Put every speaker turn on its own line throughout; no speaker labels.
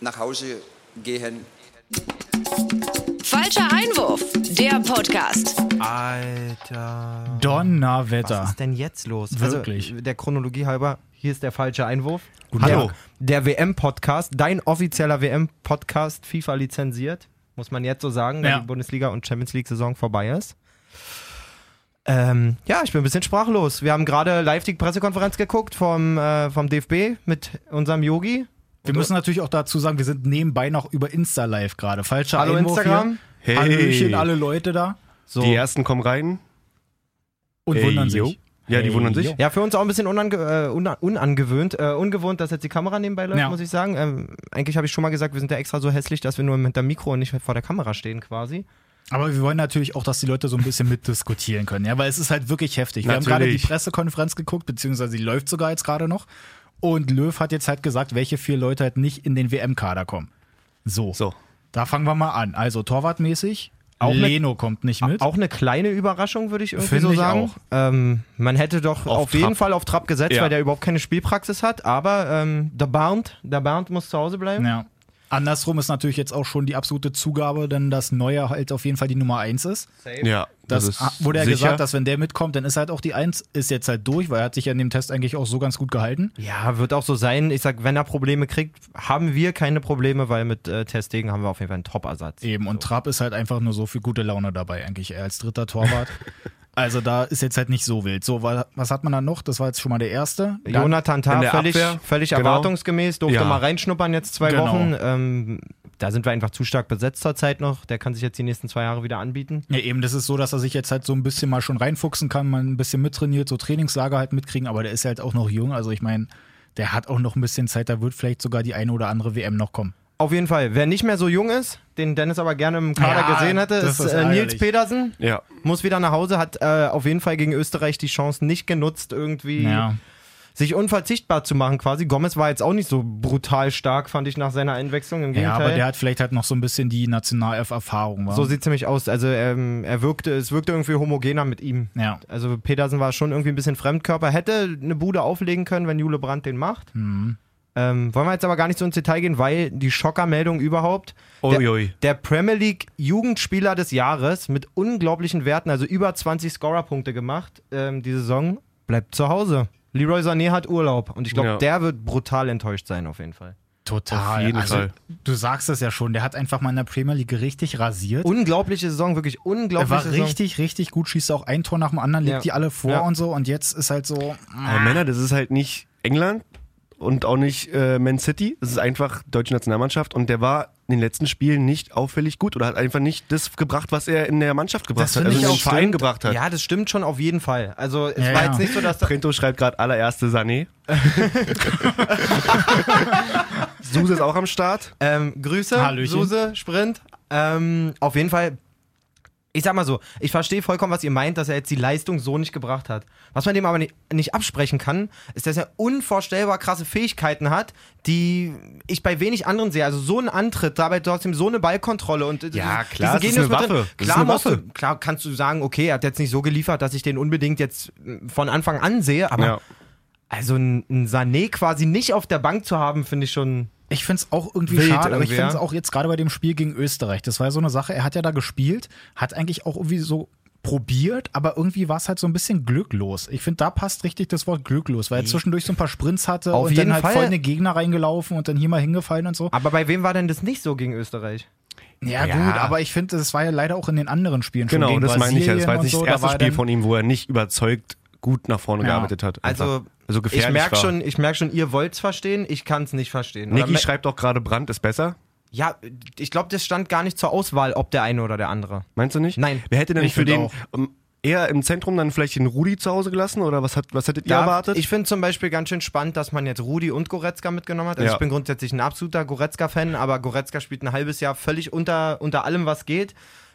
nach Hause gehen.
Falscher Einwurf, der Podcast.
Alter. Was
Donnerwetter.
ist denn jetzt los?
Wirklich.
Also, der Chronologie halber, hier ist der falsche Einwurf.
Guten
der,
Tag.
der WM-Podcast, dein offizieller WM-Podcast, FIFA lizenziert, muss man jetzt so sagen, wenn
Ja.
die Bundesliga- und Champions League-Saison vorbei ist. Ähm, ja, ich bin ein bisschen sprachlos. Wir haben gerade live die Pressekonferenz geguckt vom, äh, vom DFB mit unserem Yogi.
Wir müssen natürlich auch dazu sagen, wir sind nebenbei noch über Insta live gerade. Falscher
Hallo
Einwurf
Instagram.
Hier.
Hey,
Hallöchen, alle Leute da
So.
die ersten kommen rein.
und
Hey,
wundern
yo.
sich.
Ja, die
Hey,
wundern sich.
yo.
Ja, für uns auch ein bisschen unange äh, una- unangewohnt, äh, ungewohnt, dass jetzt die Kamera nebenbei läuft,
Ja.
muss ich sagen. Ähm, eigentlich habe ich schon mal gesagt, wir sind ja extra so hässlich, dass wir nur hinterm Mikro und nicht vor der Kamera stehen quasi.
Aber wir wollen natürlich auch, dass die Leute so ein bisschen mitdiskutieren können, ja, weil es ist halt wirklich heftig. Wir haben gerade die
Natürlich.
Pressekonferenz geguckt, beziehungsweise die läuft sogar jetzt gerade noch. Und Löw hat jetzt halt gesagt, welche vier Leute halt nicht in den WM-Kader kommen. So.
So.
Da fangen wir mal an. Also torwartmäßig,
Auch mit-
Leno kommt nicht mit.
Auch eine kleine Überraschung, würde ich irgendwie
Finde
so
ich
sagen.
auch.
Ähm, man hätte doch auf,
Auf
jeden
Trapp.
Fall auf Trapp gesetzt,
Ja.
weil der überhaupt keine Spielpraxis hat, aber ähm, der Barnd, der Barnd muss zu Hause bleiben.
Ja. Andersrum ist natürlich jetzt auch schon die absolute Zugabe, denn dass Neuer halt auf jeden Fall die Nummer eins ist.
Ja,
Das,
das, ist
wurde ja
sicher.
gesagt, dass wenn der mitkommt, dann ist halt auch die eins ist jetzt halt durch, weil er hat sich ja in dem Test eigentlich auch so ganz gut gehalten.
Ja, wird auch so sein. Ich sag, wenn er Probleme kriegt, haben wir keine Probleme, weil mit äh, Testegen haben wir auf jeden Fall einen Top-Ersatz.
Eben, und Trapp ist halt einfach nur so viel gute Laune dabei, eigentlich eher als dritter Torwart. also da ist jetzt halt nicht so wild. So, wa- was hat man da noch? Das war jetzt schon mal der erste. Dann-
Jonathan
in
Tah
der
völlig,
Abwehr,
völlig
genau.
erwartungsgemäß, durfte
Ja.
mal reinschnuppern jetzt zwei
Genau.
Wochen. Ähm, da sind wir einfach zu stark besetzt zur Zeit noch. Der kann sich jetzt die nächsten zwei Jahre wieder anbieten.
Ja, eben, das ist so, dass er sich jetzt halt so ein bisschen mal schon reinfuchsen kann, man ein bisschen mittrainiert, so Trainingslager halt mitkriegen, aber der ist halt auch noch jung. Also ich meine, der hat auch noch ein bisschen Zeit, da wird vielleicht sogar die eine oder andere WM noch kommen.
Auf jeden Fall, wer nicht mehr so jung ist, den Dennis aber gerne im Kader
Ja,
gesehen hätte,
das
ist,
ist
äh, Nils
ärgerlich.
Pedersen.
ja.
Muss wieder nach Hause, hat äh, auf jeden Fall gegen Österreich die Chance nicht genutzt, irgendwie
Ja.
sich unverzichtbar zu machen quasi. Gomez war jetzt auch nicht so brutal stark, fand ich nach seiner Einwechslung. Im
ja,
Gegenteil.
aber der hat vielleicht halt noch so ein bisschen die Nationalelf-Erfahrung. wa?
so sieht es nämlich aus. Also ähm, er wirkte, es wirkte irgendwie homogener mit ihm.
ja.
Also Petersen war schon irgendwie ein bisschen Fremdkörper. Hätte eine Bude auflegen können, wenn Jule Brandt den macht.
Mhm.
Ähm, wollen wir jetzt aber gar nicht so ins Detail gehen, weil die Schockermeldung überhaupt.
Oi,
Der,
oi.
der Premier League Jugendspieler des Jahres mit unglaublichen Werten, also über 20 Scorerpunkte gemacht ähm, die Saison, bleibt zu Hause. Leroy Sané hat Urlaub und ich glaube,
Ja.
der wird brutal enttäuscht sein auf jeden Fall.
Total.
Auf jeden
also,
Fall.
Du sagst es ja schon, der hat einfach mal in der Premier League richtig rasiert.
Unglaubliche Saison, wirklich
Er
unglaubliche
war
Saison.
richtig, richtig gut, schießt auch ein Tor nach dem anderen, legt
Ja.
die alle vor
Ja.
und so. Und jetzt ist halt so.
Aber Männer, das ist halt nicht England und auch nicht äh, Man City. Das ist einfach deutsche Nationalmannschaft und der war in den letzten Spielen nicht auffällig gut oder hat einfach nicht das gebracht, was er in der Mannschaft gebracht
Das
hat,
finde
also
ich
in den
auch
Verein gebracht hat.
Ja, das stimmt schon auf jeden Fall. Also es
Ja,
war
ja.
jetzt nicht so, dass da,
Printo schreibt gerade allererste Sané. Suse ist auch am Start.
Ähm, Grüße,
Hallöchen.
Suse, Sprint. Ähm, auf jeden Fall, ich sag mal so, ich verstehe vollkommen, was ihr meint, dass er jetzt die Leistung so nicht gebracht hat. Was man dem aber nicht, nicht absprechen kann, ist, dass er unvorstellbar krasse Fähigkeiten hat, die ich bei wenig anderen sehe. Also so einen Antritt, dabei trotzdem so eine Ballkontrolle und
Ja,
diesen
klar, das ist
Genius
eine
mit drin.
Waffe. Das
Klar,
ist eine
musst
Waffe.
Du, klar kannst du sagen, okay, er hat jetzt nicht so geliefert, dass ich den unbedingt jetzt mm, von Anfang an sehe, aber
Ja.
also ein, ein Sané quasi nicht auf der Bank zu haben, finde ich schon.
Ich finde es auch irgendwie
Wild
schade, aber ich
irgendwie,
finde es
ja.
auch jetzt gerade bei dem Spiel gegen Österreich. Das war ja so eine Sache, er hat ja da gespielt, hat eigentlich auch irgendwie so probiert, aber irgendwie war es halt so ein bisschen glücklos. Ich finde, da passt richtig das Wort glücklos,
Hm.
weil er zwischendurch so ein paar Sprints hatte
Auf
und
jeden
dann halt
Fall.
voll in den Gegner reingelaufen und dann hier mal hingefallen und so.
Aber bei wem war denn das nicht so gegen Österreich?
Ja,
Ah, Ja.
gut, aber ich finde, das war ja leider auch in den anderen Spielen schon
Genau,
gegen
das meine ich ja. Das war jetzt
und
nicht
so,
das
da
erste
war er
Spiel
dann-
von ihm, wo er nicht überzeugt gut nach vorne
Ja.
gearbeitet hat. einfach.
Also,
also gefährlich
ich merke
war.
schon, ich merk schon, ihr wollt's verstehen, ich kann's nicht verstehen. Oder
Niki
me-
schreibt auch gerade, Brandt ist besser.
ja, ich glaube, das stand gar nicht zur Auswahl, ob der eine oder der andere.
Meinst du nicht?
Nein.
Wer hätte denn
Ich
für den
find
ähm, eher im Zentrum dann vielleicht den Rudi zu Hause gelassen oder was, hat, was hättet ihr
Da-
erwartet?
Ich finde zum Beispiel ganz schön spannend, dass man jetzt Rudi und Goretzka mitgenommen hat. Also
Ja.
ich bin grundsätzlich ein absoluter Goretzka-Fan, aber Goretzka spielt ein halbes Jahr völlig unter, unter allem, was geht.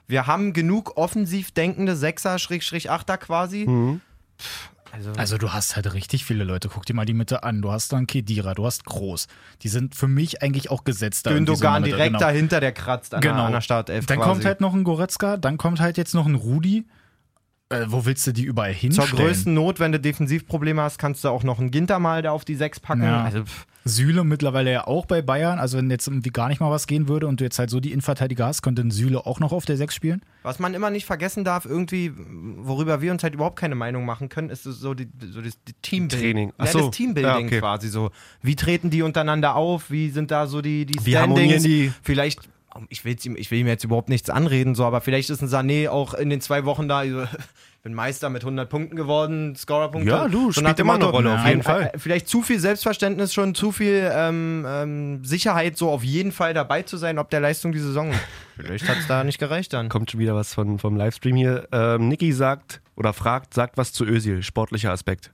Wir haben genug offensiv denkende Sechser, Schrägstrich Achter quasi.
Hm.
Pff, Also,
Also du hast halt richtig viele Leute. Guck dir mal die Mitte an. Du hast dann Kedira, du hast Groß. Die sind für mich eigentlich auch gesetzt. da irgendwie so in
Gündogan
der Mitte,
direkt
genau.
dahinter, der kratzt an,
Genau.
der, an der Startelf
Dann
quasi.
kommt halt noch ein Goretzka, dann kommt halt jetzt noch ein Rudi. Äh, wo willst du die überall hinstellen?
Zur größten Not, wenn du Defensivprobleme hast, kannst du auch noch einen Ginter mal da auf die Sechs packen.
Ja.
Also, pff,
Süle mittlerweile ja auch bei Bayern. Also wenn jetzt irgendwie gar nicht mal was gehen würde und du jetzt halt so die Innenverteidiger hast, könnte ein Süle auch noch auf der 6 spielen.
Was man immer nicht vergessen darf, irgendwie, worüber wir uns halt überhaupt keine Meinung machen können, ist so, die, so das die Teambuilding.
Training. Ach
Ja,
so.
das Teambuilding
Ja, okay.
quasi so. Wie treten die untereinander auf? Wie sind da so die, die
Wie harmonieren die?
Vielleicht, um, ich, will's ihm, ich will ihm jetzt überhaupt nichts anreden, so, aber vielleicht ist ein Sané auch in den zwei Wochen da. Ich bin Meister mit 100 Punkten geworden, Scorerpunkte.
Ja, du,
So
spielt
nach dem
immer eine
Motto,
Rolle, auf
ein-
jeden Fall.
äh, Vielleicht zu viel Selbstverständnis schon, zu viel ähm, ähm, Sicherheit, so auf jeden Fall dabei zu sein, ob der Leistung die Saison. Vielleicht hat es da nicht gereicht dann.
Kommt schon wieder was von, vom Livestream hier. Ähm, Niki sagt oder fragt, sagt was zu Özil, sportlicher Aspekt.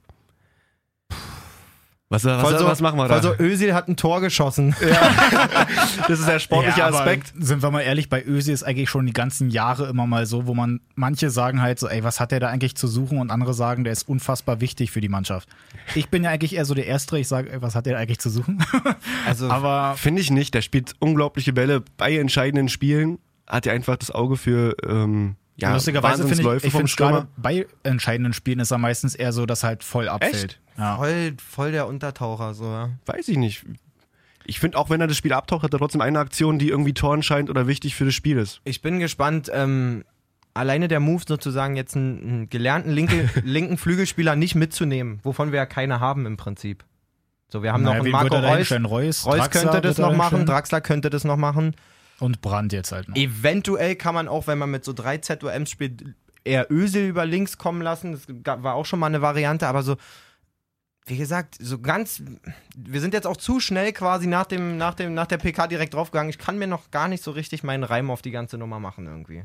Was, was,
Voll so-
was machen wir da?
voll so, Özil hat ein Tor geschossen.
das ist der sportliche
Ja, aber
Aspekt.
Sind wir mal ehrlich, bei Ösi ist eigentlich schon die ganzen Jahre immer mal so, wo man manche sagen halt so, ey, was hat der da eigentlich zu suchen? Und andere sagen, der ist unfassbar wichtig für die Mannschaft. Ich bin ja eigentlich eher so der Erste, ich sage, ey, was hat der da eigentlich zu suchen?
Also,
Aber
Finde ich nicht. Der spielt unglaubliche Bälle bei entscheidenden Spielen. Hat er einfach das Auge für ähm, ja,
lustigerweise finde ich,
Wahnsinnsläufe
ich
vom
finde gerade
Stürmer.
bei entscheidenden Spielen ist er meistens eher so, dass er halt voll abfällt. Ja.
voll, voll der Untertaucher. So, ja.
Weiß ich nicht. Ich finde, auch wenn er das Spiel abtaucht, hat er trotzdem eine Aktion, die irgendwie Toren scheint oder wichtig für das Spiel ist.
Ich bin gespannt. Ähm, alleine der Move, sozusagen jetzt einen, einen gelernten linke, linken Flügelspieler nicht mitzunehmen, wovon wir ja keine haben im Prinzip. So, wir haben
Naja,
noch einen
wen
Marco
wird er da
Reus.
hinstellen? Reus,
Reus
Draxler
könnte das
wird er
noch
da
machen,
hinstellen.
Draxler könnte das noch machen.
Und Brand jetzt halt noch.
Eventuell kann man auch, wenn man mit so drei ZOMs spielt, eher Ösel über links kommen lassen. Das ga- war auch schon mal eine Variante, aber so, wie gesagt, so ganz. Wir sind jetzt auch zu schnell quasi nach, dem, nach, dem, nach der PK direkt draufgegangen. Ich kann mir noch gar nicht so richtig meinen Reim auf die ganze Nummer machen irgendwie.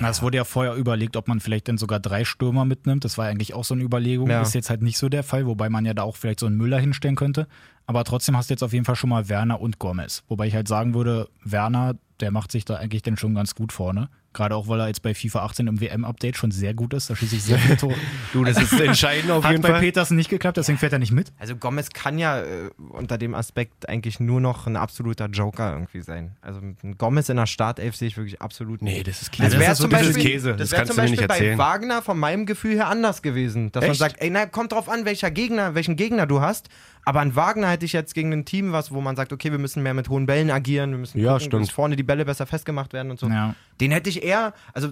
Na, es wurde ja vorher überlegt, ob man vielleicht dann sogar drei Stürmer mitnimmt. Das war eigentlich auch so eine Überlegung.
Ja.
Ist jetzt halt nicht so der Fall, wobei man ja da auch vielleicht so einen Müller hinstellen könnte. Aber trotzdem hast du jetzt auf jeden Fall schon mal Werner und Gomez. Wobei ich halt sagen würde, Werner, der macht sich da eigentlich dann schon ganz gut vorne. Gerade auch, weil er jetzt bei FIFA 18 im WM-Update schon sehr gut ist. Da schieße ich sehr viele Tore.
Du, das ist entscheidend auf
Hat
jeden
bei
Fall.
Petersen nicht geklappt, deswegen fährt er nicht mit.
Also Gomez kann ja äh, unter dem Aspekt eigentlich nur noch ein absoluter Joker irgendwie sein. Also mit einem Gomez in der Startelf sehe ich wirklich absolut
Nee, das ist Käse.
Also
Also
wäre
das ist so-
zum
das ist
Beispiel,
Käse.
Das
Das
wäre
kannst
zum
du mir
Beispiel
nicht
bei
erzählen.
Wagner von meinem Gefühl her anders gewesen. Dass man
Echt?
sagt, ey, na, kommt drauf an, welcher Gegner, welchen Gegner du hast. Aber an Wagner hätte ich jetzt gegen ein Team was, wo man sagt, okay, wir müssen mehr mit hohen Bällen agieren, wir müssen
Ja,
gucken,
stimmt.
dass vorne die Bälle besser festgemacht werden und so.
Ja.
Den hätte ich eher, also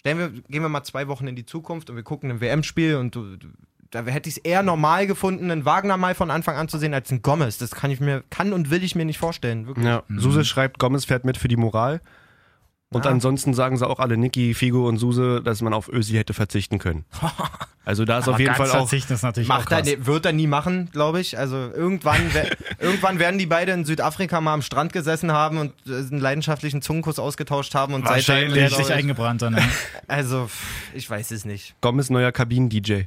stellen wir, gehen wir mal zwei Wochen in die Zukunft und wir gucken ein WM-Spiel und du, du, da hätte ich es eher normal gefunden, einen Wagner mal von Anfang an zu sehen als einen Gomez. Das kann ich mir, kann und will ich mir nicht vorstellen. Wirklich.
Ja. Mhm. Suse schreibt, Gomez fährt mit für die Moral. Und
Ah.
ansonsten sagen sie auch alle, Niki, Figo und Suse, dass man auf Ösi hätte verzichten können. Also da ist auf
Aber
jeden
ganz
Fall auch.
verzichten ist natürlich auch
Macht er,
krass.
nee, wird er nie machen, glaube ich. Also irgendwann, wer- irgendwann werden die beide in Südafrika mal am Strand gesessen haben und äh, einen leidenschaftlichen Zungenkuss ausgetauscht haben und seitdem,
Wahrscheinlich.
der hat
glaub
sich eingebrannt dann. ne?
ich, also pff, ich weiß es nicht.
Gomez neuer Kabinen-DJ.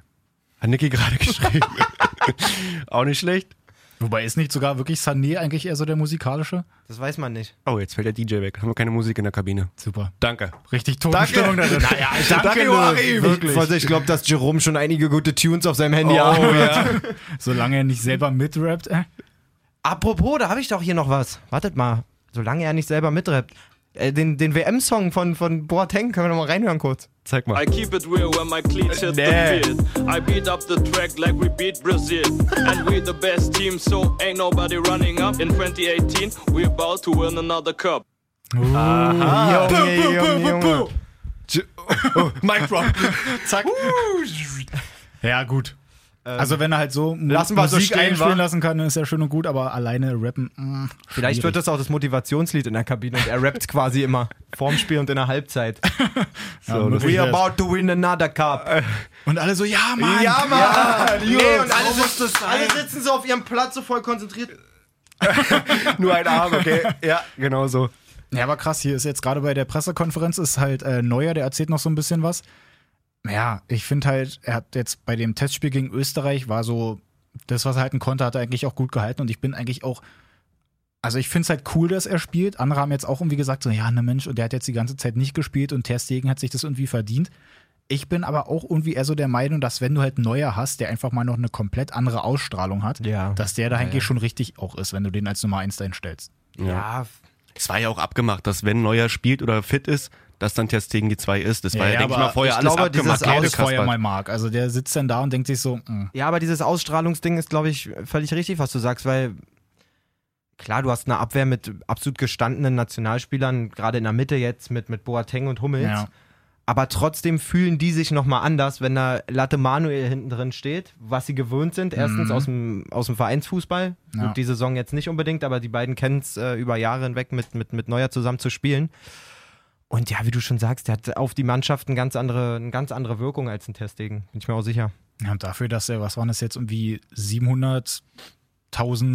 Hat Niki gerade geschrieben. auch nicht schlecht.
Wobei ist nicht sogar wirklich Sané eigentlich eher so der musikalische?
Das weiß man nicht.
Oh, jetzt fällt der DJ weg. Haben wir keine Musik in der Kabine.
Super.
Danke.
Richtig Totenstimmung da drin. Naja,
Danke, Joachim.
Wirklich.
Also ich glaube, dass Jerome schon einige gute Tunes auf seinem Handy
Ja,
hat.
Oh, ja.
Solange er nicht selber mitrappt. Äh.
Apropos, da habe ich doch hier noch was. Wartet mal, solange er nicht selber mitrappt. Äh, Den, den WM-Song von, von Boateng können wir noch mal reinhören kurz.
Zeig mal.
I keep it real when my cleats hit
Damn.
the field. I beat up the track like we beat Brazil. and we the best team, so ain't nobody running up. In 2018, we about to win another cup.
Ah.
Junge, Junge, Junge.
Mic drop.
Zack. Ja, gut. Also wenn er halt so
Lassen wir
Musik
so stehen,
einspielen
wa?
lassen kann, ist ja schön und gut, aber alleine rappen. Mh,
Vielleicht wird das auch das Motivationslied in der Kabine und er rappt quasi immer vorm Spiel und in der Halbzeit.
so,
We about to win another cup.
Und alle so, ja, Mann.
Ja, Mann! nee, und alle,
so muss
sitzen, alle sitzen so auf ihrem Platz so voll konzentriert.
Nur ein Arm, okay. Ja, genau so.
Ja, aber krass, hier ist jetzt gerade bei der Pressekonferenz ist halt äh, Neuer, der erzählt noch so ein bisschen was. Ja, ich finde halt, er hat jetzt bei dem Testspiel gegen Österreich war so, das, was er halten konnte, hat er eigentlich auch gut gehalten und ich bin eigentlich auch, also ich finde es halt cool, dass er spielt. Andere haben jetzt auch irgendwie gesagt, so, ja, ne Mensch, und der hat jetzt die ganze Zeit nicht gespielt und Ter Stegen hat sich das irgendwie verdient. Ich bin aber auch irgendwie eher so der Meinung, dass wenn du halt Neuer hast, der einfach mal noch eine komplett andere Ausstrahlung hat,
Ja.
dass der da eigentlich schon richtig auch ist, wenn du den als Nummer eins einstellst.
Ja,
Es war ja auch abgemacht, dass wenn Neuer spielt oder fit ist, dass dann Testegen die 2 ist. Das war ja,
ja,
denke ich
aber
mal, vorher
ich
alles
glaube, dieses
abgemacht.
Erklär das
abgekaspert.
vorher mal Marc. Also der sitzt dann da und denkt sich so, hm, mh.
Ja, aber dieses Ausstrahlungsding ist, glaube ich, völlig richtig, was du sagst, weil klar, du hast eine Abwehr mit absolut gestandenen Nationalspielern, gerade in der Mitte jetzt mit, mit Boateng und Hummels.
ja.
Aber trotzdem fühlen die sich nochmal anders, wenn da Latte Manuel hinten drin steht, was sie gewöhnt sind. Erstens aus, dem, aus dem Vereinsfußball.
Ja.
Gut, die Saison jetzt nicht unbedingt, aber die beiden kennen es äh, über Jahre hinweg, mit, mit, mit Neuer zusammen zu spielen. Und ja, wie du schon sagst, der hat auf die Mannschaft eine ganz andere, eine ganz andere Wirkung als ein Testegen. Bin ich mir auch sicher.
ja, und dafür, dass er, was waren das jetzt, irgendwie 700.000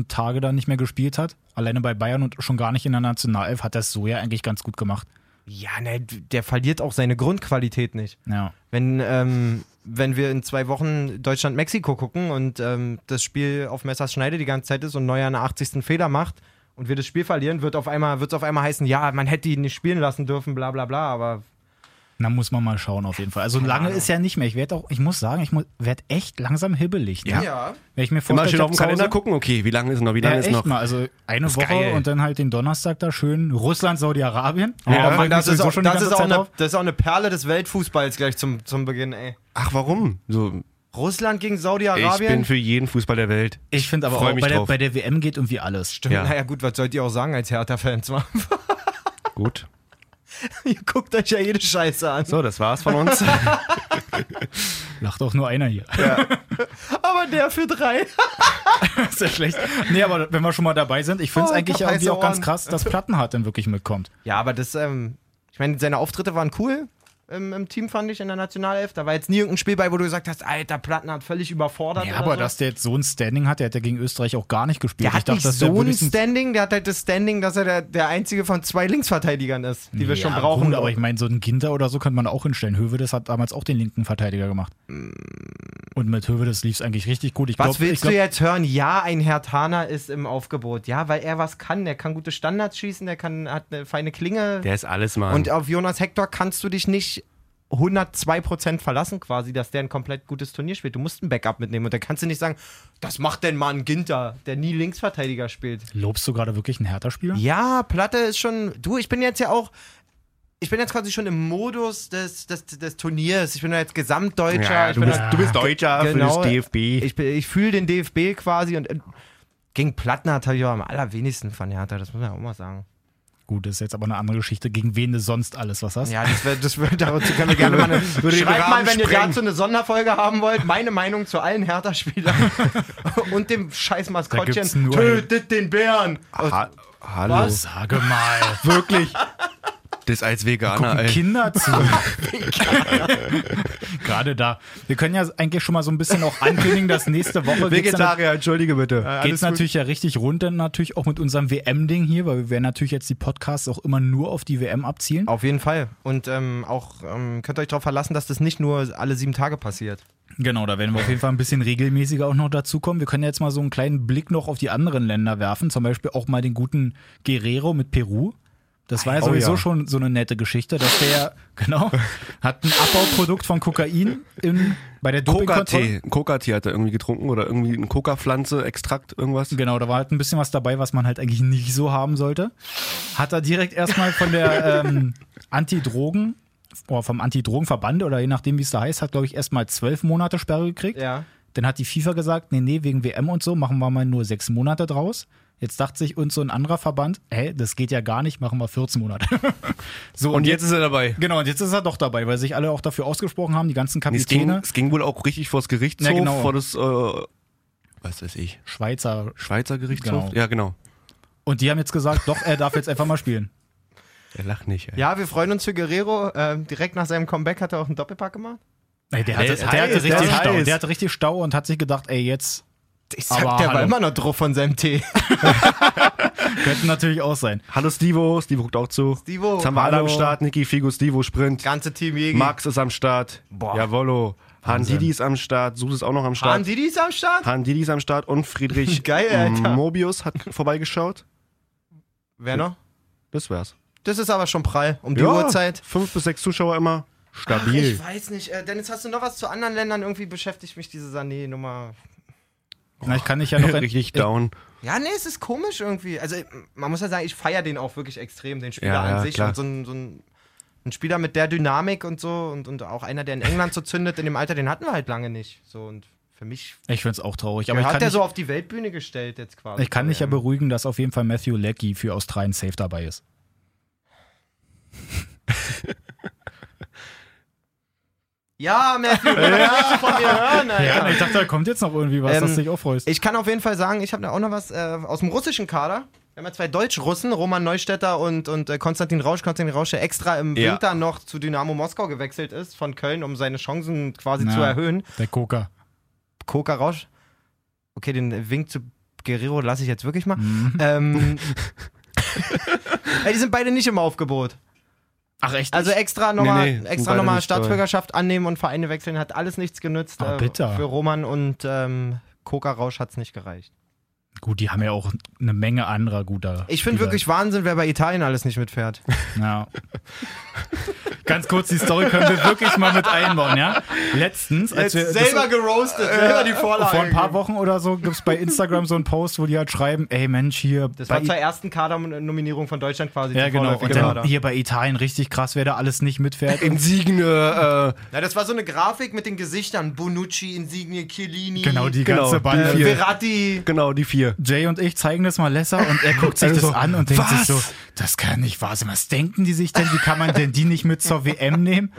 Tage da nicht mehr gespielt hat, alleine bei Bayern und schon gar nicht in der Nationalelf, hat das so ja eigentlich ganz gut gemacht.
Ja, ne, der verliert auch seine Grundqualität nicht.
Ja.
Wenn, ähm, wenn wir in zwei Wochen Deutschland-Mexiko gucken und ähm, das Spiel auf Messers Schneide die ganze Zeit ist und Neuer einen 80. Fehler macht und wir das Spiel verlieren, wird auf einmal, wird's auf einmal heißen, ja, man hätte ihn nicht spielen lassen dürfen, bla bla bla, aber
Na, muss man mal schauen auf jeden Fall. Also lange ist ja nicht mehr. Ich werde auch, ich muss sagen, ich werde echt langsam hibbelig. Ne?
Ja.
Wenn ich mir
Immer
vorstelle,
schön
ich hab
auf den
zu Hause-
Kalender gucken, okay, wie lange ist noch, wie
Ja,
lange ist
echt
noch.
mal. Also eine Woche
geil.
und dann halt den Donnerstag da schön Russland, Saudi-Arabien. freue
Ja,
ich mich
das, ist
sowieso
auch,
schon die
das,
ganze
ist auch
Zeit
eine,
drauf.
das ist auch eine Perle des Weltfußballs gleich zum, zum Beginn, ey.
Ach, warum? So,
Russland gegen
ich bin
Saudi-Arabien?
für jeden Fußball der Welt.
Ich finde aber
Freu
auch,
mich
bei der,
drauf.
bei der WM geht irgendwie alles. Stimmt.
Ja.
Naja, gut, was sollt ihr auch sagen als Hertha-Fans? Mann?
Gut.
ihr guckt euch ja jede Scheiße an.
So, das war's von uns.
Lacht auch nur einer hier.
Aber der für drei.
ist ja schlecht. Nee, aber wenn wir schon mal dabei sind, ich finde es
Oh, ich
eigentlich
hab
irgendwie
heiße
auch ganz
Ohren.
krass, dass Plattenhardt dann wirklich mitkommt.
Ja, aber das, ähm, ich meine, seine Auftritte waren cool im, im Team, fand ich, in der Nationalelf. Da war jetzt nie irgendein Spiel bei, wo du gesagt hast, alter, Platten hat völlig überfordert.
Ja,
oder
aber
so.
dass der jetzt so ein Standing hat, der hat ja gegen Österreich auch gar nicht gespielt.
der
ich
hat
dachte,
nicht
dass der
so ein
wenigstens-
Standing, der hat halt das Standing, dass er der, der einzige von zwei Linksverteidigern ist, die wir schon
Ja,
brauchen.
Gut, aber ich meine, so einen Ginter oder so könnte man auch hinstellen. Hövedes hat damals auch den linken Verteidiger gemacht. Und mit Hövedes lief es eigentlich richtig gut.
Mm.
Ich
was
glaub, ich
willst
glaub,
du jetzt hören? Ja, ein Hertaner ist im Aufgebot. Ja, weil er was kann. Der kann gute Standards schießen, der kann, hat eine feine Klinge.
Der ist alles, Mann.
Und auf Jonas Hector kannst du dich nicht 102% verlassen, quasi, dass der ein komplett gutes Turnier spielt. Du musst ein Backup mitnehmen und da kannst du nicht sagen, das macht denn mal ein Ginter, der nie Linksverteidiger spielt.
Lobst du gerade wirklich einen Hertha-Spieler?
Ja, Platte ist schon. Du, ich bin jetzt ja auch. Ich bin jetzt quasi schon im Modus des, des, des Turniers. Ich bin ja jetzt Gesamtdeutscher.
ja,
ich
du,
bin
bist,
ja-
du bist Deutscher
Genau.
für das DFB.
ich, bin- ich fühle den DFB quasi und äh, gegen Plattner habe ich auch am allerwenigsten von Hertha, das muss man ja auch mal sagen.
Gut, das ist jetzt aber eine andere Geschichte. Gegen wen du sonst alles was hast?
Ja, das wäre, das wär, dazu können wir gerne mal eine,
Würde den
Schreibt mal,
Rahmen
wenn ihr
sprengen.
dazu eine Sonderfolge haben wollt, meine Meinung zu allen Hertha-Spielern und dem scheiß
gibt's
Maskottchen.
nur-
Tötet den Bären!
ha Hallo.
Oh, Sage mal. Wirklich.
Das als Veganer,
Gucken
Ah, ey.
Kinder zu. Gerade da. Wir können ja eigentlich schon mal so ein bisschen auch ankündigen, dass nächste Woche geht's dann-
Vegetarier, entschuldige bitte.
geht es natürlich ja richtig rund, dann natürlich auch mit unserem WM-Ding hier, weil wir werden natürlich jetzt die Podcasts auch immer nur auf die WM abzielen.
Auf jeden Fall. Und ähm, auch ähm, könnt ihr euch darauf verlassen, dass das nicht nur alle sieben Tage passiert.
Genau, da werden wir auf jeden Fall ein bisschen regelmäßiger auch noch dazukommen. Wir können jetzt mal so einen kleinen Blick noch auf die anderen Länder werfen, zum Beispiel auch mal den guten Guerrero mit Peru. Das war ja
Oh
sowieso
ja.
schon so eine nette Geschichte, dass der, genau, hat ein Abbauprodukt von Kokain in, bei der Dopingkontrolle.
Coca-Tee. Coca-Tee hat er irgendwie getrunken oder irgendwie eine Coca-Pflanze, Extrakt, irgendwas.
Genau, da war halt ein bisschen was dabei, was man halt eigentlich nicht so haben sollte. Hat er direkt erstmal von der ähm, Anti-Drogen oder vom Anti-Drogen-Verband oder je nachdem, wie es da heißt, hat, glaube ich, erstmal zwölf Monate Sperre gekriegt.
Ja.
Dann hat die FIFA gesagt, nee, nee, wegen WM und so machen wir mal nur sechs Monate draus. Jetzt dachte sich uns so ein anderer Verband, hey, das geht ja gar nicht, machen wir 14 Monate. so,
Und jetzt ist er dabei.
Genau, und jetzt ist er doch dabei, weil sich alle auch dafür ausgesprochen haben, die ganzen
Nee, es, ging,
Kapitäne.
es ging wohl auch richtig vors Gerichtshof,
Ja, genau.
vor das, äh, was weiß ich,
Schweizer.
Schweizer Gerichtshof?
Genau.
Ja, genau.
Und die haben jetzt gesagt, doch, er darf jetzt einfach mal spielen.
Er lacht nicht, ey.
Ja, wir freuen uns für Guerrero. Ähm, direkt nach seinem Comeback hat er auch einen Doppelpack gemacht.
Ey, der, hatte,
ist
der,
heiß,
hatte
der
richtig
ist
Stau.
heiß.
der hatte richtig Stau und hat sich gedacht, ey, jetzt
Ich
sag, der war immer
noch drauf von seinem Tee.
könnte natürlich auch sein.
Hallo Stivo, Stivo guckt auch zu.
Stivo,
Jetzt haben wir alle
hallo.
am Start, Niki, Figo, Stivo, Sprint.
Ganze Team Jäger.
Max ist am Start.
Boah.
Jawollo. Han Didi ist am Start, Sus ist auch noch am Start.
Waren die dies am Start?
Han Didi ist am Start und Friedrich
Geil, Alter.
Mobius hat vorbeigeschaut.
Wer noch?
Das wär's.
Das ist aber schon prall. Um die Uhrzeit.
Fünf bis sechs Zuschauer immer.
Ich
Stabil.
weiß nicht. Äh, Dennis, hast du noch was zu anderen Ländern? Irgendwie beschäftigt mich diese Sané-Nummer.
Na, ich kann dich ja noch
Äh, Richtig down.
Ja, nee, es ist komisch irgendwie. Also, äh, man muss ja sagen, ich feiere den auch wirklich extrem, den Spieler
Ja,
an
ja,
sich.
klar.
Und so ein, so ein ein Spieler mit der Dynamik und so und, und auch einer, der in England so zündet, in dem Alter, den hatten wir halt lange nicht. So und für mich
Ich find's auch traurig. Aber ich
hat
kann,
der
nicht,
so auf die Weltbühne gestellt jetzt quasi.
ich kann
So,
mich ja
ähm,
beruhigen, dass auf jeden Fall Matthew Leckie für Australien safe dabei ist.
Ja, Matthew, ja. von mir hören, Alter.
Ja, ich dachte, da kommt jetzt noch irgendwie was,
Ähm,
dass du dich auch freust.
Ich kann auf jeden Fall sagen, ich habe da auch noch was äh, aus dem russischen Kader. Wir haben ja zwei Deutsch-Russen, Roman Neustädter und, und äh, Konstantin Rausch. Konstantin Rausch, der extra im
Ja.
Winter noch zu Dynamo Moskau gewechselt ist, von Köln, um seine Chancen quasi
Ja.
zu erhöhen.
Der Koka.
Koka Rausch. Okay, den Wink zu Guerrero lasse ich jetzt wirklich mal.
Mhm.
Ähm, Ey, die sind beide nicht im Aufgebot.
Ach, echt?
Also extra nochmal
Nee, nee, sind
extra
beide
noch mal
nicht dabei.
Staatsbürgerschaft annehmen und Vereine wechseln hat alles nichts genützt.
Ah,
äh,
bitter.
Für Roman und ähm, Koka Rausch hat es nicht gereicht.
Gut, die haben ja auch eine Menge anderer guter.
Ich finde
Spieler.
wirklich Wahnsinn, wer bei Italien alles nicht mitfährt.
Ja. Ganz kurz, die Story können wir wirklich mal mit einbauen, ja? Letztens, als wir. das-
geroastet, selber die Vorlage.
vor ein paar Wochen oder so gibt's bei Instagram so einen Post, wo die halt schreiben, ey Mensch, hier
Das
bei
war zur
I-
ersten Kadernominierung von Deutschland quasi.
ja,
die
genau.
vorläufige
Und dann
Kader.
hier bei Italien richtig krass, wer da alles nicht mitfährt.
Insigne,
Na, das war so eine Grafik mit den Gesichtern. Bonucci, Insigne, Chiellini,
genau, die
Genau,
ganze Bande.
die
äh,
vier.
Verratti.
genau, die vier.
Jay und ich zeigen das mal Lesser und er guckt sich
Also,
das an und denkt sich
was?
so, das kann nicht wahr sein. Was denken die sich denn? Wie kann man denn die nicht mit zur WM nehmen?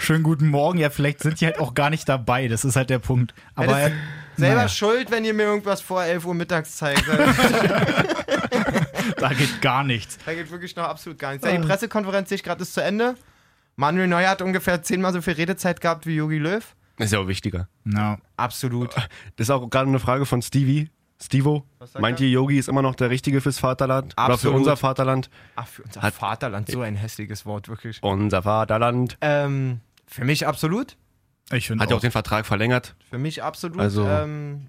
Schönen guten Morgen. Ja, vielleicht sind die halt auch gar nicht dabei. Das ist halt der Punkt. Aber
das-
er-
Selber
naja,
schuld, wenn ihr mir irgendwas vor 11 Uhr mittags zeigt.
da geht gar nichts.
da geht wirklich noch absolut gar nichts. Ja, die Pressekonferenz sehe ich gerade ist zu Ende. Manuel Neuer hat ungefähr zehnmal so viel Redezeit gehabt wie Jogi Löw.
Ist ja auch wichtiger.
No.
Absolut.
Das ist auch gerade eine Frage von Stevie. Stevo.
sagt
Meint ihr, Yogi ist immer noch der Richtige fürs Vaterland? Oder
Absolut.
für unser Vaterland?
Ach, für unser Vaterland, so ein hässliches Wort, wirklich.
Unser Vaterland.
Ähm, für mich absolut.
Ich finde
Hat ja auch
auch.
den Vertrag verlängert.
Für mich absolut.
Also-
Ähm,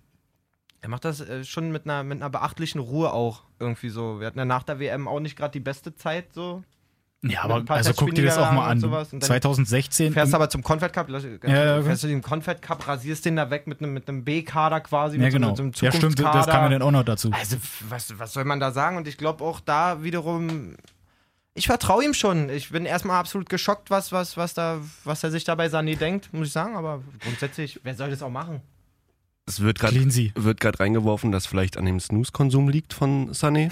er macht das äh, schon mit einer, mit einer beachtlichen Ruhe auch irgendwie so. Wir hatten ja nach der WM auch nicht gerade die beste Zeit so.
Ja,
mit
aber
ein paar
also guck dir das auch
Testspielniederlagen
mal an.
und sowas und dann-
2016.
Fährst aber zum Confed Cup, lass-
ja,
fährst du den Confed Cup, rasierst den da weg mit einem mit einem B-Kader quasi,
ja,
mit so einem-
genau.
so einem
ja, stimmt,
Zukunftskader.
das kam ja dann auch noch dazu.
Also, was, was soll man da sagen? Und ich glaube auch da wiederum, ich vertraue ihm schon. Ich bin erstmal absolut geschockt, was, was, was, da, was er sich da bei Sané denkt, muss ich sagen. Aber grundsätzlich, wer soll das auch machen?
Es wird gerade
Clean sie.
wird gerade reingeworfen, dass vielleicht an dem Snooze-Konsum liegt von Sané.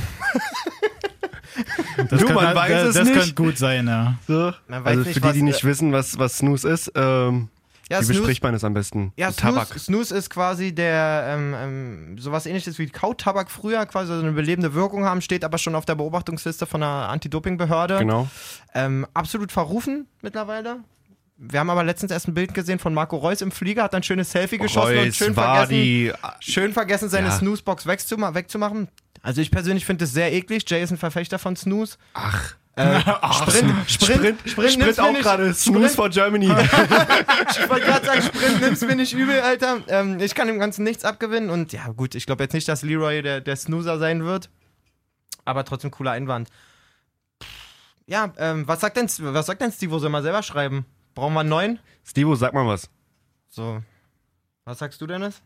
Das,
Du,
kann, halt-
man weiß
das,
es
das
nicht.
könnte gut sein, ja.
So.
Man weiß
Also
nicht,
für die,
was- äh,
die nicht wissen, was, was Snooze ist, ähm,
Ja,
wie
Snooze-
bespricht man es am besten?
Ja,
Tabak.
Snooze, Snooze ist quasi der, ähm, ähm, sowas ähnliches wie Kautabak früher, quasi so eine belebende Wirkung haben, steht aber schon auf der Beobachtungsliste von der Anti-Doping-Behörde.
Genau.
Ähm, absolut verrufen mittlerweile. Wir haben aber letztens erst ein Bild gesehen von Marco Reus im Flieger, hat ein schönes Selfie geschossen und
Reus
schön
war
vergessen,
die.
schön vergessen, seine
Ja.
Snooze-Box wegzuma- wegzumachen. Also ich persönlich finde es sehr eklig. Jay ist ein Verfechter von Snooze.
Ach.
Äh,
Ach,
Sprint, Sprint, Sprint, nimm's
Sprint
mir
auch
nicht.
gerade. Snooze
Sprint.
for Germany.
Ich wollte gerade sagen, Sprint nimm's mir nicht übel, Alter. Ähm, ich kann dem Ganzen nichts abgewinnen. Und ja, gut, ich glaube jetzt nicht, dass Leroy der, der Snoozer sein wird. Aber trotzdem cooler Einwand. Ja, ähm, was sagt denn, was sagt denn Steve? Soll mal selber schreiben? Brauchen wir einen neuen?
Stevo, sag mal was.
So. Was sagst du, Dennis?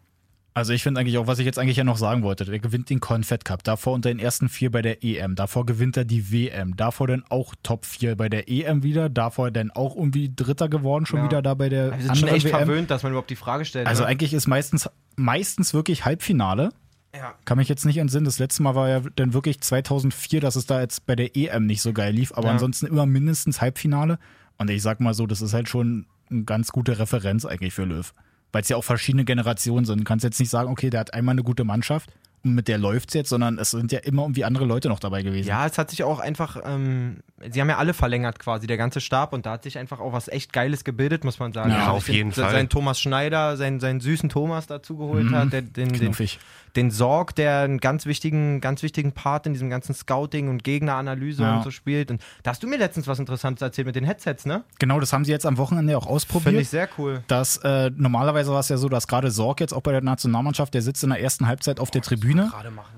Also ich finde eigentlich auch, was ich jetzt eigentlich ja noch sagen wollte, der gewinnt den Confed Cup, davor unter den ersten vier bei der EM, davor gewinnt er die WM, davor dann auch Top 4 bei der EM wieder, davor dann auch irgendwie Dritter geworden, schon
Ja.
wieder da bei der
Wir
anderen
sind schon echt
WM.
verwöhnt, dass man überhaupt die Frage stellt.
Also
ne?
eigentlich ist meistens, meistens wirklich Halbfinale.
Ja.
Kann mich jetzt nicht entsinnen. Das letzte Mal war ja dann wirklich 2004, dass es da jetzt bei der EM nicht so geil lief. Aber
Ja.
ansonsten immer mindestens Halbfinale. Und ich sag mal so, das ist halt schon eine ganz gute Referenz eigentlich für Löw. Weil es ja auch verschiedene Generationen sind. Du kannst jetzt nicht sagen, okay, der hat einmal eine gute Mannschaft und mit der läuft's jetzt, sondern es sind ja immer irgendwie andere Leute noch dabei gewesen.
Ja, es hat sich auch einfach, ähm, sie haben ja alle verlängert quasi, der ganze Stab und da hat sich einfach auch was echt Geiles gebildet, muss man sagen.
Ja,
Also
auf
ich
jeden
den,
Fall.
Sein Thomas Schneider, seinen, seinen süßen Thomas dazu geholt hat, der, den, den,
Knuffig.
den Sorg, der einen ganz wichtigen, ganz wichtigen Part in diesem ganzen Scouting und Gegneranalyse
Ja.
und so spielt. Und da hast du mir letztens was Interessantes erzählt mit den Headsets, ne?
Genau, das haben sie jetzt am Wochenende auch
Finde
ausprobiert.
ich sehr cool.
dass äh, normalerweise war es ja so, dass gerade Sorg jetzt auch bei der Nationalmannschaft, der sitzt in der ersten Halbzeit auf der Bühne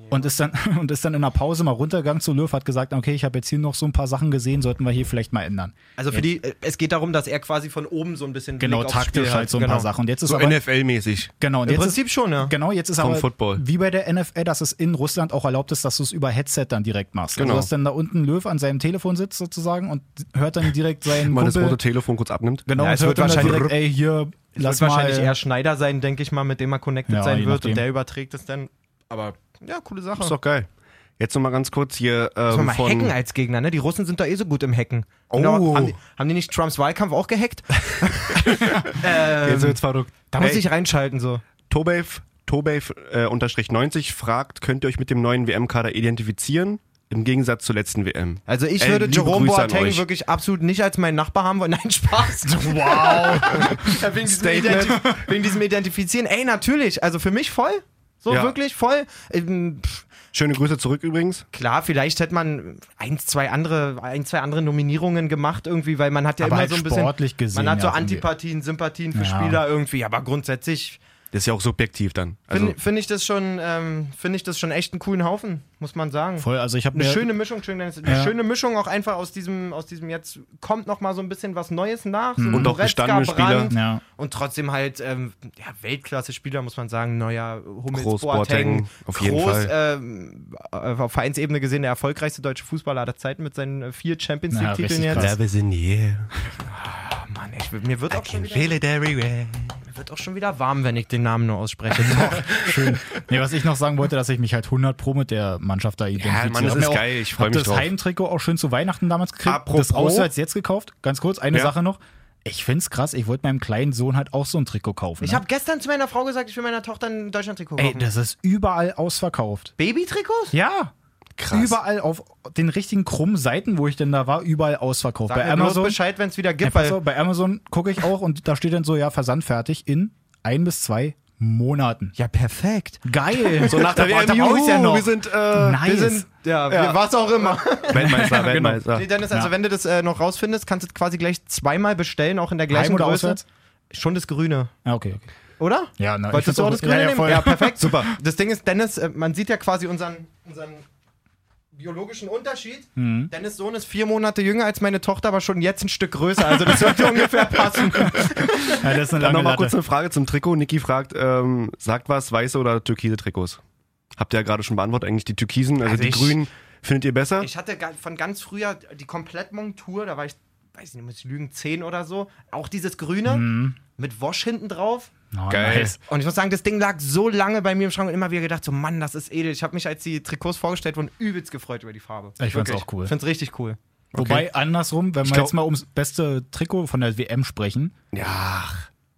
und ist dann und ist dann in der Pause mal runtergegangen zu Löw, hat gesagt, okay, ich habe jetzt hier noch so ein paar Sachen gesehen, sollten wir hier vielleicht mal ändern.
Also für die, äh, es geht darum, dass er quasi von oben so ein bisschen
Genau,
Blick aufs Spiel
taktisch
hat.
halt so ein paar
Genau.
Sachen. Und jetzt ist
So
aber
NFL-mäßig.
genau, und
Im
jetzt ist,
Prinzip schon, ja.
Genau, jetzt ist
Vom
aber
Football.
wie bei der NFL, dass es in Russland auch erlaubt ist, dass du es über Headset dann direkt machst.
Genau.
Also, dass dann da unten Löw an seinem Telefon sitzt sozusagen und hört dann direkt seinen
Wenn man das
Kumpel,
rote Telefon kurz abnimmt.
genau,
Ja,
und
es wird
hört dann da
wahrscheinlich-
direkt, ey, hier,
Es
lass
wird
mal.
wahrscheinlich eher Schneider sein, denke ich mal, mit dem er connected
Ja, je
sein wird
nachdem.
und der überträgt es dann. Aber ja, coole Sache.
Ist doch geil. Jetzt nochmal ganz kurz hier
Müssen wir
ähm,
mal
von...
hacken als Gegner, ne? Die Russen sind doch eh so gut im Hacken.
Oh.
Genau, haben, die, haben die nicht Trumps Wahlkampf auch gehackt?
jetzt wird's verrückt.
Da muss ich reinschalten so.
Tobev, Tobev äh, unterstrich 90 fragt, könnt ihr euch mit dem neuen WM-Kader identifizieren? Im Gegensatz zur letzten WM.
Also ich
Ey,
würde
liebe
Jerome
Grüße an
Boateng
euch.
wirklich absolut nicht als meinen Nachbar haben wollen. Nein, Spaß. Wow. wegen, diesem
Statement.
Identif- wegen diesem Identifizieren. Ey, natürlich. Also für mich voll. So
Ja.
wirklich voll. Ähm, pff,
Schöne Grüße zurück übrigens.
Klar, vielleicht hätte man eins, zwei andere, ein, zwei andere Nominierungen gemacht irgendwie, weil man hat ja
Aber
immer
halt
so ein bisschen.
sportlich gesehen,
man hat so
ja, irgendwie.
Antipathien, Sympathien für
Ja.
Spieler irgendwie, aber grundsätzlich
Das ist ja auch subjektiv dann. Also,
finde find ich das schon, ähm, finde ich das schon echt einen coolen Haufen, muss man sagen.
Voll, also ich habe
Eine
mir
schöne Mischung, schön, eine
Ja.
schöne Mischung auch einfach aus diesem, aus diesem jetzt kommt noch mal so ein bisschen was Neues nach. So
Mhm. Und auch
Goretzka,
gestandene Spieler.
Brandt
ja.
Und trotzdem halt ähm, ja, Weltklasse-Spieler, muss man sagen. Neuer Hummels,
Groß,
Boateng,
Boateng, auf jeden
groß,
Fall.
ähm, äh, auf Vereinsebene gesehen der erfolgreichste deutsche Fußballer aller Zeiten mit seinen äh, vier Champions
Ja,
League-Titeln
richtig
jetzt.
krass.
Oh Mann, ich, mir, wird auch schon wieder, mir wird auch schon wieder warm, wenn ich den Namen nur ausspreche.
Nee, was ich noch sagen wollte, dass ich mich halt 100 Pro mit der Mannschaft da identifiziere.
Mann, das
Hab mir
ist
auch-
geil, ich freu
hab
mich
das
drauf.
Heimtrikot auch schön zu Weihnachten damals gekriegt.
Apropos-
Das Auswärts jetzt gekauft. Ganz kurz, eine
Ja.
Sache noch. Ich find's krass, ich wollte meinem kleinen Sohn halt auch so ein Trikot kaufen.
ich
ne?
habe gestern zu meiner Frau gesagt, ich will meiner Tochter ein Deutschland-Trikot
Ey,
kaufen.
das ist überall ausverkauft.
Baby-Trikots?
Ja. Krass. Überall auf den richtigen krummen Seiten, wo ich denn da war, überall ausverkauft.
Sag
bei
mir bloß
Amazon,
Bescheid, wenn es wieder
Ja,
gibt,
pass
weil
auf, bei Amazon gucke ich auch und da steht dann so, ja, versandfertig in ein bis zwei Monaten.
Ja, perfekt.
Geil. So
nach der
Da war- da
WM,
brauch ich's
juhu,
ja noch.
wir sind äh,
nice.
Wir sind, ja, wir- was auch immer. Genau.
Weltmeister, Weltmeister.
Nee, Dennis, also
Ja.
wenn du das äh, noch rausfindest, kannst du es quasi gleich zweimal bestellen, auch in der gleichen
Heim oder
Größe.
auswärts?
Schon das Grüne,
Ah, okay, okay.
oder?
Ja, na, ich
Wolltest
find's
du auch
auch-
das Grüne
ja, ja,
nehmen?
voll.
Ja, perfekt.
Super.
Das Ding ist, Dennis, äh, man sieht ja quasi unseren, unseren biologischen Unterschied. Dennis Sohn ist vier Monate jünger als meine Tochter, aber schon jetzt ein Stück größer. Also das sollte ungefähr passen.
Ja, das ist eine
Dann
lange
nochmal kurz
Latte.
eine Frage zum Trikot. Niki fragt, ähm, sagt was, weiße oder türkise Trikots? Habt ihr ja gerade schon beantwortet, eigentlich die türkisen, also,
Also
die
ich-
grünen findet ihr besser?
Ich hatte ga- von ganz früher die Komplettmontur, da war ich, weiß nicht, muss ich lügen, zehn oder so. Auch dieses Grüne
Mhm.
mit Wash hinten drauf.
Oh,
Geil.
nice.
Und ich muss sagen, das Ding lag so lange bei mir im Schrank und immer wieder gedacht, so Mann, das ist edel. Ich habe mich, als die Trikots vorgestellt wurden, übelst gefreut über die Farbe.
Ich fand's auch cool.
Ich find's richtig cool.
Wobei, andersrum, wenn wir
glaub-
jetzt mal ums beste Trikot von der WM sprechen,
Ja,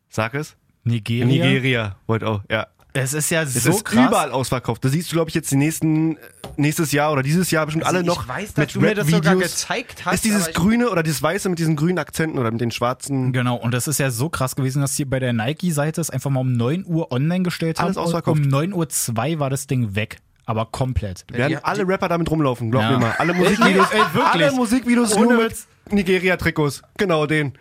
sag es.
Nigeria.
Nigeria, wollte auch, ja.
Es ist ja
Es
so
ist
krass.
überall ausverkauft. Das siehst du, glaube ich, jetzt die nächsten, äh, nächstes Jahr oder dieses Jahr bestimmt alle
Also ich
noch.
weiß, dass du mir das
Rap-Videos.
sogar gezeigt hast,
Ist dieses
aber ich-
grüne oder dieses weiße mit diesen grünen Akzenten oder mit den schwarzen.
Genau, und das ist ja so krass gewesen, dass hier bei der Nike-Seite es einfach mal um 9 Uhr online gestellt haben.
Alles
und
ausverkauft.
um 9 Uhr 2 war das Ding weg. Aber komplett.
Werden
die-
alle Rapper damit rumlaufen, glaub
Ja.
mir mal. Alle Musikvideos,
ey, wirklich.
alle Musikvideos
Ohne
nur mit
Witz.
Nigeria-Trikots. Genau den.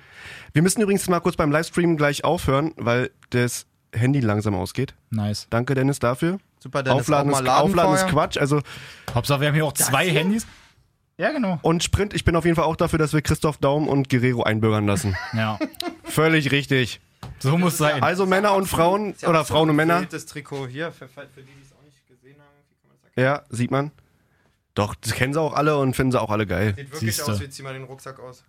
Wir müssen übrigens mal kurz beim Livestream gleich aufhören, weil das Handy langsam ausgeht.
Nice.
Danke, Dennis, dafür.
Super, Dennis,
Aufladen,
auch
ist,
mal laden
Aufladen ist
vorher.
Quatsch. Also,
Hauptsache, wir haben hier auch zwei Handys. Ja, genau.
und Sprint, ich bin auf jeden Fall auch dafür, dass wir Christoph Daum und Guerrero einbürgern lassen.
Ja.
Völlig richtig.
So muss sein.
Also Männer und Frauen oder Frauen und Männer.
Das Trikot hier, für, für die, die es auch nicht gesehen haben, wie kann man das erkennen?
Ja, sieht man. Doch, das kennen sie auch alle und finden sie auch alle geil.
Sieht wirklich
Siehste.
aus, wie zieh mal den Rucksack aus.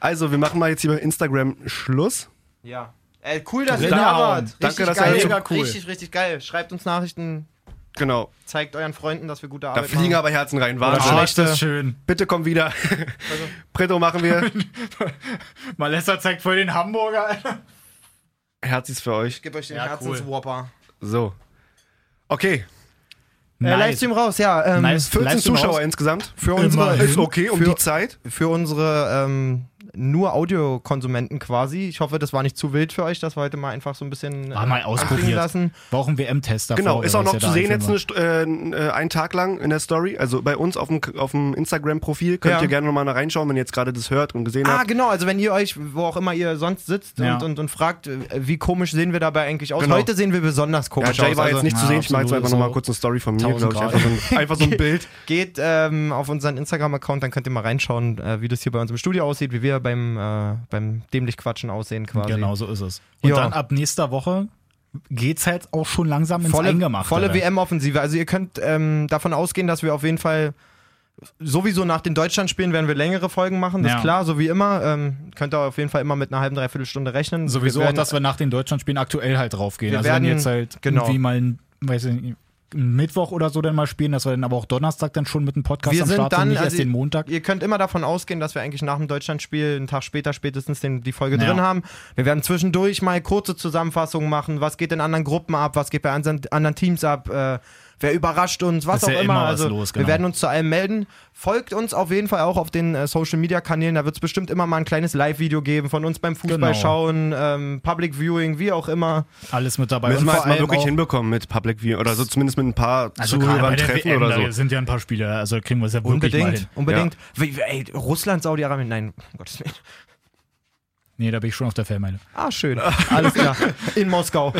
Also, wir machen mal jetzt hier bei Instagram Schluss.
Ja. Äh, cool, dass ihr
Renne
da
hauen.
wart. Richtig
Danke, dass ihr
geil.
dazu-
Mega cool.
Richtig, richtig geil. Schreibt uns Nachrichten,
Genau.
zeigt euren Freunden, dass wir gute
Da
Arbeit
fliegen
machen.
aber Herzen rein.
Oder
Wahnsinn.
schlecht ist schön.
Bitte komm wieder. Pretto machen wir.
Malessa zeigt voll den Hamburger.
Herzis für euch.
Ich gebe euch den
Ja, cool.
Herzenswhopper.
So. Okay.
Äh, Livestream raus, ja. Ähm,
Nice.
14
Livestream
Zuschauer
raus.
insgesamt.
Für unsere,
Ist okay um
für,
die Zeit.
für unsere ähm, nur Audiokonsumenten quasi. Ich hoffe, das war nicht zu wild für euch, dass wir heute mal einfach so ein bisschen
War mal
äh,
ausprobiert.
abklingen lassen.
War auch ein WM-Test davor.
Genau,
oder
ist auch
was
noch
der
zu
da eh
sehen
einführen
jetzt eine,
wollte.
St- äh, äh, einen Tag lang in der Story. Also bei uns auf dem, auf dem Instagram-Profil könnt
Ja.
ihr gerne nochmal reinschauen, wenn ihr jetzt gerade das hört und gesehen
Ah,
habt.
genau, also wenn ihr euch, wo auch immer ihr sonst sitzt
Ja.
und, und, und fragt, äh, wie komisch sehen wir dabei eigentlich aus.
Genau.
Heute sehen wir besonders
Ja,
komisch
Jay
aus.
war
also
jetzt nicht zu
Ja,
sehen. Ich mache jetzt
absolut,
einfach
so
nochmal kurz eine Story von mir,
1000
glaube ich. Einfach so, ein, einfach so ein Bild.
Geht ähm, auf unseren Instagram-Account, dann könnt ihr mal reinschauen, äh, wie das hier bei uns im Studio aussieht, wie wir beim, äh, beim dämlich Quatschen aussehen quasi.
Genau, so ist es. Und
Ja.
dann ab nächster Woche geht's halt auch schon langsam ins
volle,
Eingemachte. ne?
volle WM-Offensive. Also ihr könnt ähm, davon ausgehen, dass wir auf jeden Fall sowieso nach den Deutschlandspielen werden wir längere Folgen machen, das
Ja.
ist klar, so wie immer. Ähm, könnt ihr auf jeden Fall immer mit einer halben, dreiviertel Stunde rechnen.
Sowieso
wir
auch,
werden,
dass wir nach den Deutschlandspielen aktuell halt draufgehen.
Wir
also wenn
werden-
jetzt halt
genau.
irgendwie mal, ein- weiß ich nicht, einen Mittwoch oder so dann mal spielen, dass wir dann aber auch Donnerstag dann schon mit dem Podcast
wir
am
sind
Start
dann,
und nicht
also
erst den Montag.
ihr könnt immer davon ausgehen, dass wir eigentlich nach dem Deutschlandspiel einen Tag später spätestens den, die Folge
Ja.
drin haben. Wir werden zwischendurch mal kurze Zusammenfassungen machen, was geht in anderen Gruppen ab, was geht bei anderen, anderen Teams ab, äh, wer überrascht uns, was
Ist
auch
ja
immer.
immer was
also
los,
wir
genau.
werden uns zu allem melden. Folgt uns auf jeden Fall auch auf den äh, Social Media Kanälen, da wird es bestimmt immer mal ein kleines Live-Video geben von uns beim Fußball
Genau.
schauen, ähm, Public Viewing, wie auch immer.
Alles mit dabei.
Müssen
Und
wir
vor
jetzt mal
allem
wirklich
auch-
hinbekommen mit Public View oder so zumindest mit ein paar
Also gerade bei
Zuhörern
der
treffen
WM,
oder
da
so.
sind ja ein paar Spieler, also kriegen wir es ja wirklich mal hin.
Unbedingt, unbedingt. Wie, wie, ey, Russland, Saudi-Arabien, nein, um Gottes Willen.
Nee, da bin ich schon auf der Fellmeile.
Ah, schön. Alles klar. In Moskau.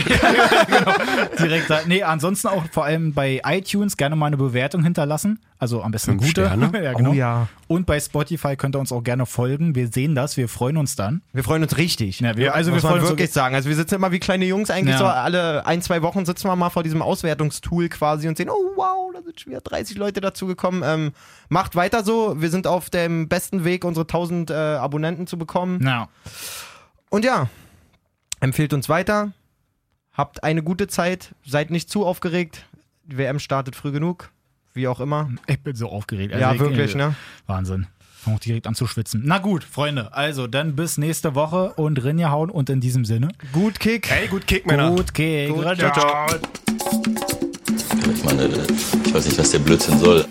Direkt da. Nee, ansonsten auch vor allem bei iTunes gerne mal eine Bewertung hinterlassen. Also am besten
Fünf
gute.
Sterne?
ja, genau.
Oh ja.
Und bei Spotify könnt ihr uns auch gerne folgen. Wir sehen das, wir freuen uns dann.
Wir freuen uns richtig.
Ja, wir- also wir
muss man
freuen uns
wirklich sagen. Also wir sitzen immer wie kleine Jungs eigentlich
Ja.
so alle ein, zwei Wochen sitzen wir mal vor diesem Auswertungstool quasi und sehen, oh wow, da sind schon wieder 30 Leute dazugekommen. Ähm, macht weiter so. Wir sind auf dem besten Weg, unsere 1000 äh, Abonnenten zu bekommen.
Na,
Und ja, empfehlt uns weiter. Habt eine gute Zeit. Seid nicht zu aufgeregt. Die WM startet früh genug. Wie auch immer.
ich bin so aufgeregt. Also
ja,
ich-
wirklich, ne?
Wahnsinn. Fang Auch direkt an zu schwitzen. Na gut, Freunde. Also dann bis nächste Woche und Rinja hauen und in diesem Sinne.
Gut Kick.
Hey, gut Kick, Männer.
Gut, Kick.
Gut,
Ciao, ciao.
Ich meine, ich weiß nicht, was der Blödsinn soll.